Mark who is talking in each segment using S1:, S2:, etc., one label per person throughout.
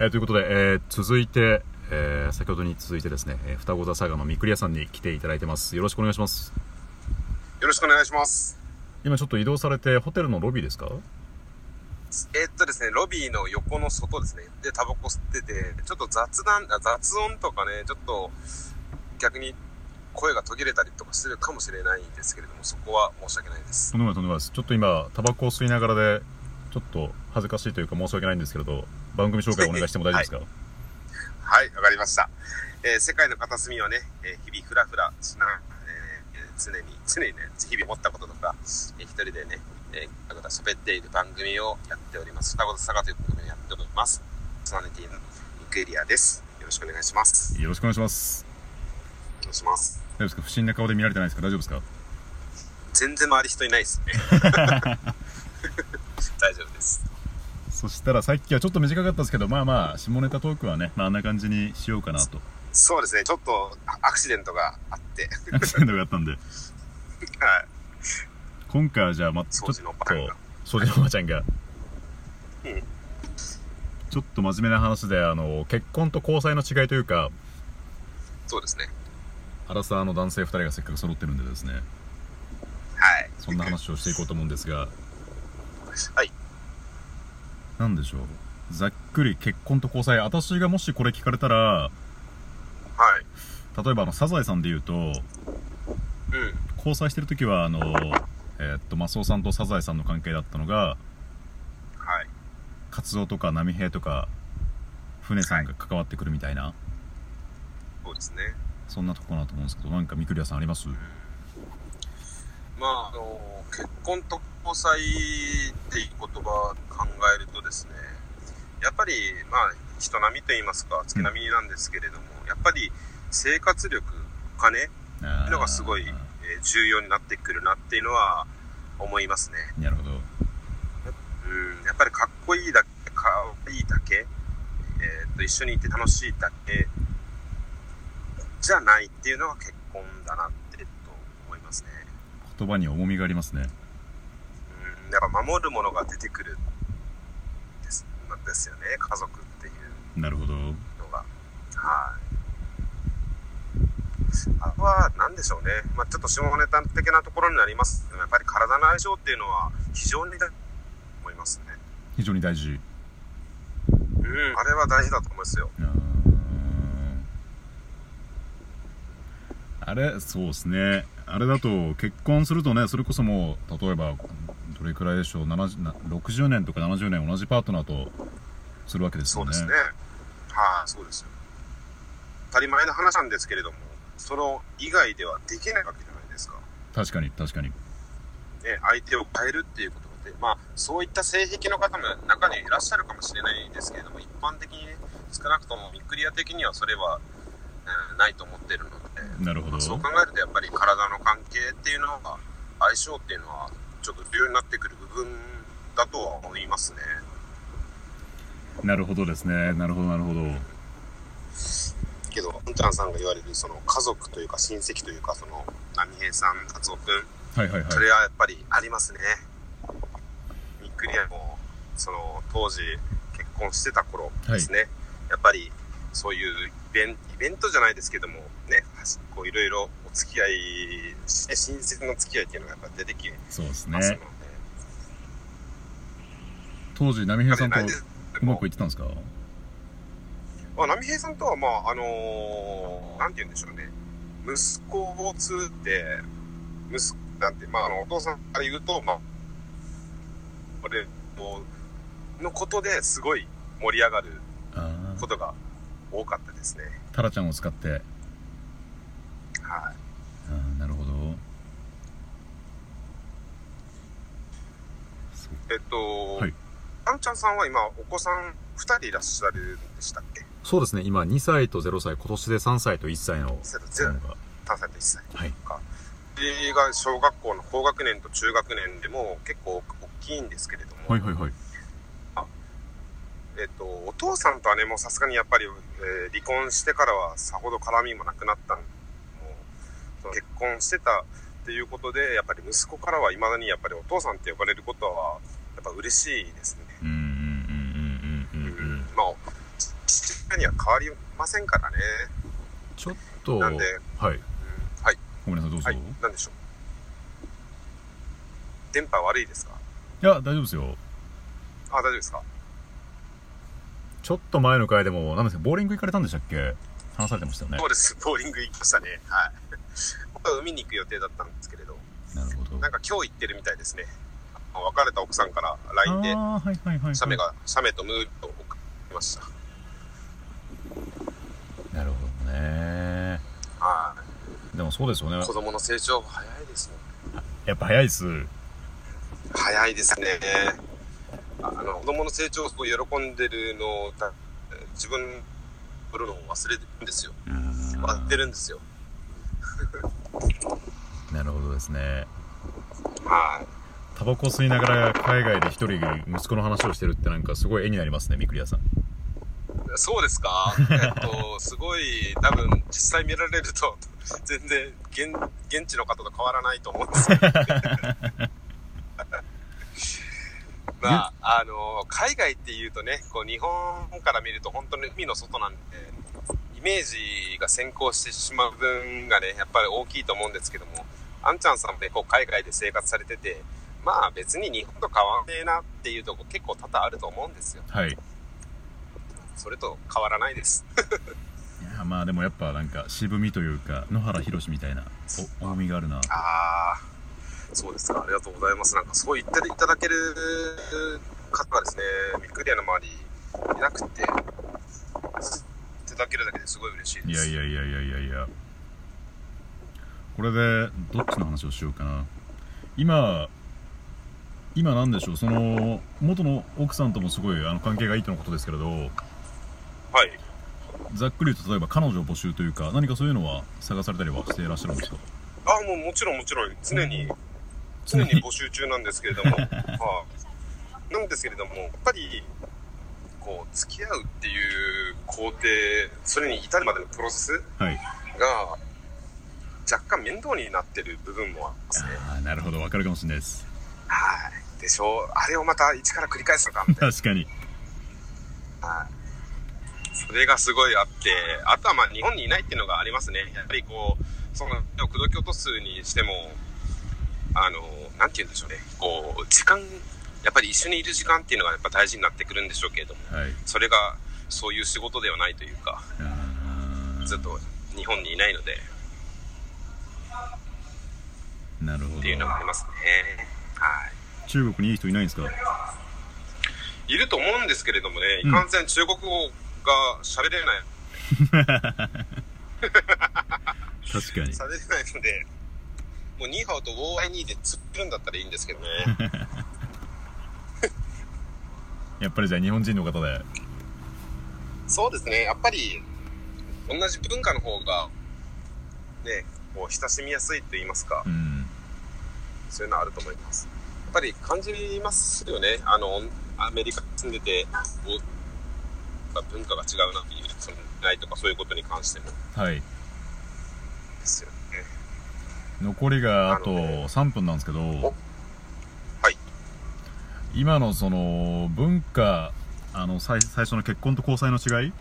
S1: えーということで、えー続いて、えー先ほどに続いてですね、えー双子座佐賀のみくり屋さんに来ていただいてますよろしくお願いします
S2: よろしくお願いします。
S1: 今ちょっと移動されてホテルのロビーですか
S2: えーっとですね、ロビーの横の外ですね。で、タバコ吸ってて、ちょっと雑談、あ雑音とかね、ちょっと逆に声が途切れたりとかしてるかもしれないんですけれども、そこは申し訳ないです。
S1: とんでもないとんでもないですちょっと今タバコを吸いながらでちょっと恥ずかしいというか申し訳ないんですけれど番組紹介お願いしても大丈夫です か、
S2: はい、わかりました。えー世界の片隅をね、えー日々ふらふらしな、えーえー常に、常にね、日々思ったこととか、えー一人でね、えー、ぐだぐだ喋っている番組をやっております。双子と佐賀という番組をやっております。パーソナリティのミクエリアです。よろしくお願いします。
S1: よろしくお願いします
S2: お願いします。
S1: 大丈夫ですか不審な顔で見られてないですか大丈夫ですか
S2: 全然周り人いない ですね。大丈夫です。
S1: そしたらさっきはちょっと短かったですけどまあまあ下ネタトークはね、まあ、あんな感じにしようかなと
S2: そうですね、ちょっとアクシデントがあ って、
S1: アクセントがあったんで
S2: はい。
S1: 今回はじゃあ、ま、ちょ
S2: 掃
S1: っ
S2: 除のおば
S1: と
S2: あちゃんが
S1: 掃除のおばちゃんが、
S2: うん
S1: ちょっと真面目な話であの結婚と交際の違いというか
S2: そうですね。
S1: アラサーの男性2人がせっかく揃ってるんでですね
S2: はい。
S1: そんな話をしていこうと思うんですが
S2: はい。
S1: 何でしょうざっくり結婚と交際私がもしこれ聞かれたら
S2: はい。
S1: 例えばあのサザエさんで言うと
S2: うん。
S1: 交際してる時はあのえーっとマスオさんとサザエさんの関係だったのが
S2: はい。
S1: カツオとか波平とか船さんが関わってくるみたいな、
S2: そうですね。
S1: そんなとこかなと思うんですけどなんかみくりやさんあります
S2: まあ、あの、結婚と交際っていう言葉を考えるとですね、やっぱり、まあ、人並みと言いますか、月並みなんですけれども、やっぱり生活力、お金っていうのがすごい、え
S1: あ
S2: ー重要になってくるなっていうのは思いますね。
S1: ーなるほど
S2: うん、やっぱりかっこいいだけ、かわいいだけ、えーと、一緒にいて楽しいだけじゃないっていうのが結婚だなって、と思いますね。
S1: 言葉に重みがありますね
S2: うん、やっぱ守るものが出てくるですなんですよね、家族っていう
S1: なるほど
S2: のが。はい。あとは、なんでしょうね。まあ、ちょっと下ネタ的なところになりますけど、やっぱり体の相性っていうのは非常に大事だと思いますね。
S1: 非常に大事
S2: うん、あれは大事だと思いますよ。
S1: うーんあれそうですねあれだと結婚するとねそれこそもう例えばどれくらいでしょう70な60年とか70年同じパートナーとするわけです
S2: そ
S1: よ
S2: う
S1: ね
S2: ですね。はい、そうですよ。当たり前の話なんですけれども、その以外ではできないわけじゃないですか。
S1: 確かに確かに
S2: ね、相手を変えるっていうことで、まあ、そういった性癖の方も中にいらっしゃるかもしれないですけれども、一般的に、ね、少なくともミックリア的にはそれは、うんないと思ってるので、
S1: なるほど
S2: そう考えるとやっぱり体の関係っていうのが、相性っていうのは、ちょっと重要になってくる部分だとは思いますね。
S1: なるほどですねなるほどなるほど
S2: けど、うんちゃんさんが言われる、その家族というか親戚というか、その、波平さん、達夫くん、
S1: はいはいはい
S2: それはやっぱりありますね。ミックリアも、その、当時、結婚してた頃ですね。やっぱり、そういうイベンイベントじゃないですけども、ね、こう、いろいろお付き合いして、親切の付き合いっていうのがやっぱ出てき
S1: そうです
S2: ますの
S1: ね
S2: で。
S1: 当時波平さんと
S2: なんですけ
S1: う
S2: ど
S1: ま
S2: も
S1: くいってたんですか
S2: まあ、波平さんとは、まあ、あのーなんて言うんでしょうね。息子を通って、息子、なんて、まあ、あの、お父さんから言うと、まあ、俺もう、のことですごい盛り上がる
S1: ああ
S2: ことが多かったですね。
S1: タラちゃんを使って
S2: はい。
S1: あーなるほどそう
S2: えっと、
S1: はい
S2: あんちゃんさんは今、お子さん2人いらっしゃるんでしたっけ
S1: そうですね今2歳と0歳今年で3歳と1歳の
S2: ゼロ
S1: 子
S2: ゼロ
S1: 供が
S2: 3歳と1歳と
S1: はい
S2: か、でが小学校の高学年と中学年でも結構大きいんですけれども、
S1: はいはいはい
S2: えっと、お父さんと姉もさすがにやっぱり、えー離婚してからはさほど絡みもなくなったんもうその結婚してたっていうことでやっぱり息子からは未だにやっぱりお父さんって呼ばれることはやっぱ嬉しいですね、
S1: うんうんうんうんうんうんうん
S2: まあには変わりませんからね。
S1: ちょっと
S2: なんで
S1: はい
S2: うん、はい。
S1: ごめんなさいどうぞ、、
S2: はいい。なんでしょう。電波悪いですか
S1: や大丈夫ですよ
S2: あ、大丈夫ですか
S1: ちょっと前の回でも何ですかボーリング行かれたんでしたっけ話されてましたよね
S2: そうです。ボーリング行きましたね。はい。本当は海に行く予定だったんですけれど、
S1: なるほど
S2: なんか今日行ってるみたいですね。あの別れた奥さんから LINE で、
S1: ああはいはいはい、はい、
S2: シャメが、シャメとムービーを送りました。
S1: なるほどね
S2: は
S1: でもそうですよね
S2: い。子供の成長早いですね。
S1: やっぱ早いっす
S2: 早いですね。ああの、子供の成長をすごい喜んでるのを、だ自分、撮るのを忘れてるんですよ。忘れてるんですよ。
S1: なるほどですね
S2: はい。
S1: タバコ吸いながら海外で一人息子の話をしてるってなんかすごい絵になりますねみくりやさん
S2: そうですかえっと、すごい、多分、実際見られると、 全然、現、現地の方と変わらないと思うんですけど。 まあ、あの、海外っていうとね、こう、日本から見ると本当に海の外なんで、イメージが先行してしまう分がね、やっぱり大きいと思うんですけども、あんちゃんさんもね、こう、海外で生活されてて、まあ別に日本と変わんねえなっていうとこ結構多々あると思うんですよ。
S1: はいい
S2: それと変わらないです。
S1: やまあでもやっぱなんか渋みというか野原宏みたいなお重みがあるな
S2: ああ、そうですか。ありがとうございます。なんかそう言っていただける方がですね、ミックリアの周りいなくて、いただけるだけですごい嬉しい
S1: い
S2: で
S1: や
S2: す。
S1: いやいやいやいやいやこれでどっちの話をしようかな今今なんでしょうその元の奥さんともすごいあの関係がいいとのことですけれど
S2: はい。
S1: ざっくり言うと例えば彼女を募集というか何かそういうのは探されたりはしていらっしゃるんですか
S2: あもうもちろんもちろん、常に、常に募集中なんですけれども、はいなんですけれども、やっぱり、こう、付き合うっていう工程、それに至るまでのプロセス
S1: はい
S2: が、若干面倒になってる部分もありますね。
S1: ああなるほどわかるかもしれないです
S2: はい。でしょう。あれをまた一から繰り返すのかみ たい
S1: 確かに
S2: な。はい。それがすごいあって、あとはまあ日本にいないっていうのがありますね。やっぱりこう、その、口説き落とすにしても、あの、なんて言うんでしょうね。こう、時間、やっぱり一緒にいる時間っていうのがやっぱ大事になってくるんでしょうけれども、
S1: はい
S2: それがそういう仕事ではないというか、
S1: あ
S2: ずっと日本にいないので、
S1: ーなるほど
S2: っていうのがありますね。はい。
S1: 中国にいい人いないんですか
S2: いると思うんですけれどもね、
S1: うん
S2: いかんせん中国語が喋れない
S1: 確かに
S2: されてないので、もうニーハオとウォーアイニーで釣ってるんだったらいいんですけ どね。
S1: やっぱりじゃあ日本人の方で
S2: そうですね、やっぱり、同じ文化の方が、ね、こう、親しみやすいと言いますか
S1: う、ん
S2: そういうのはあると思います。やっぱり感じますよね、あの、アメリカに住んでて、お文化が違うなっていう、その、ないとかそういうことに関しても
S1: はい
S2: ですよね。
S1: 残りがあと
S2: あのね
S1: 3分なんですけど、
S2: はい
S1: 今のその文化あの最最初の結婚と交際の違い、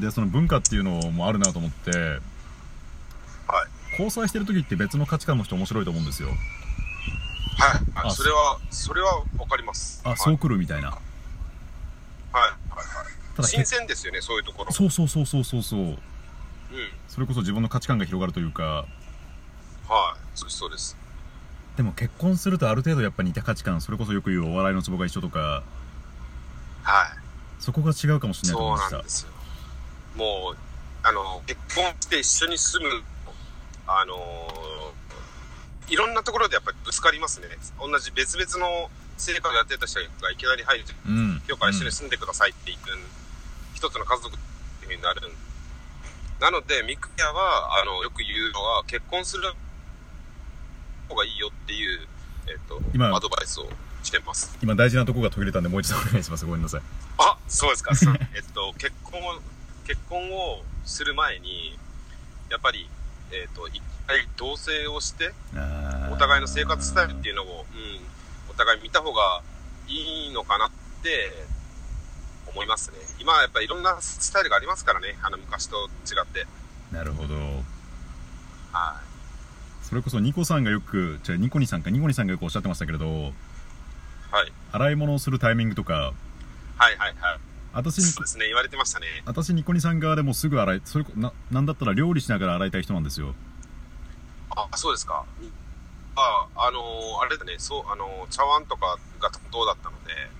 S1: でその文化っていうのもあるなと思って、交際してる時って別の価値観の人面白いと思うんですよ
S2: はい、
S1: あ
S2: それは、それはわかります。
S1: あそう
S2: はい、
S1: 来るみたいな
S2: はい、はい
S1: ただ
S2: 新
S1: け
S2: 鮮ですよね、そういうところ。
S1: そうそうそうそうそうそう
S2: うん。
S1: それこそ自分の価値観が広がるというか
S2: はい、そうですそうです。
S1: でも結婚するとある程度やっぱ似た価値観それこそよく言うお笑いのツボが一緒とか
S2: はい。
S1: そこが違うかもしれないと
S2: そ
S1: 思
S2: う
S1: いました
S2: なんですよ。もう、あの、結婚して一緒に住む、あの、いろんなところでやっぱりぶつかりますね。同じ別々の生活をやってた人がいきなり入ると、
S1: うん
S2: 今日から一緒に住んでくださいって言く、一つの家族っていうふうになる。なので、ミクヤは、あの、よく言うのは、結婚する方がいいよっていう、えっ、と、
S1: 今
S2: アドバイスをしてます。
S1: 今大事なとこが途切れたんでもう一度お願いしますごめん なさい
S2: あそうですか、そう えっと、結婚を結婚をする前に、やっぱり、えっと、一回同棲をして、お
S1: お
S2: 互いの生活スタイルっていうのを、うん、お互い見た方がいいのかなって思いますね。今はやっぱりいろんなスタイルがありますからね、あの昔と違って。
S1: なるほど
S2: は
S1: それこそニコさんがよくじゃあニコニさんかニコニさんがよくおっしゃってましたけれど
S2: い。はい。
S1: 洗い物をするタイミングとか
S2: はいはいはい。
S1: 私に
S2: そう ですね、言われてましたね。
S1: 私ニコニさん側でもすぐ洗いそれこななんだったら料理しながら洗いたい人なんですよ
S2: あ、そうですか。あ、あのーあれだね、そう、あのー茶碗とかが担当だったので、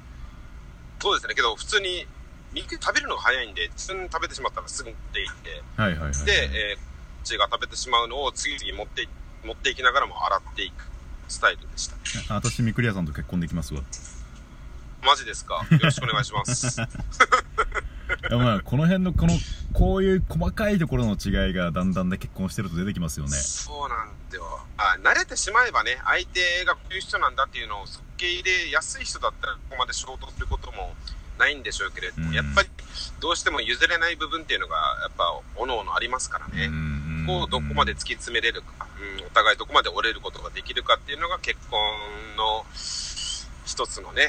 S2: そうですね、けど普通に、肉食べるのが早いんで、普通に食べてしまったらすぐ持っていって、
S1: はいはいはいはい
S2: で、えー、こっちが食べてしまうのを次々持ってい、持っていきながらも洗っていくスタイルでした。
S1: あ私ミクリアさんと結婚できますわ
S2: マジですかよろしくお願いします。
S1: いやまあこの辺のこのこういう細かいところの違いがだんだんね結婚してると出てきますよね
S2: そうなんだよあ。慣れてしまえばね、相手がこういう人なんだっていうのを受け入れやすい人だったら、ここまで仕事することもないんでしょうけれども、
S1: うん
S2: やっぱりどうしても譲れない部分っていうのが、やっぱ、おのおのありますからね。
S1: ん
S2: こうどこまで突き詰めれるか、うん、お互いどこまで折れることができるかっていうのが結婚の一つのね、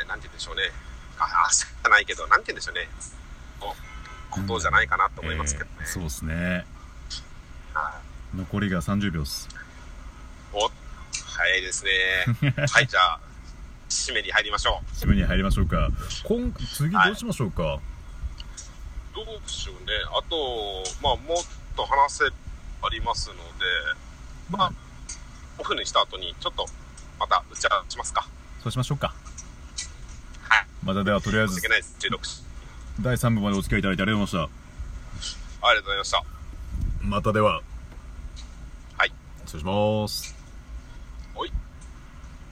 S2: えー、なんて言うんでしょうね、ああ、しかないけど、なんて言うんでしょうね、こことじゃないかなと思いますけどね。
S1: えーそうですね
S2: はい
S1: 残りが30秒っす
S2: お早い ですね。はい、じゃあ、締めに入りましょ
S1: 締めに入りましょうか今次どうしましょうか、
S2: う。どうしようね。あと、まあ、もっと話せありますので、まあ、オフにした後に、ちょっと、また打ち合わせしますか。
S1: そうしましょうか
S2: はい。
S1: またではとりあえ
S2: 申し
S1: ず
S2: 訳ないです。16し。
S1: 第3部までお付き合いいただいてありがとうございまし
S2: ありがとうございました。
S1: たまたでは
S2: はい
S1: 失礼します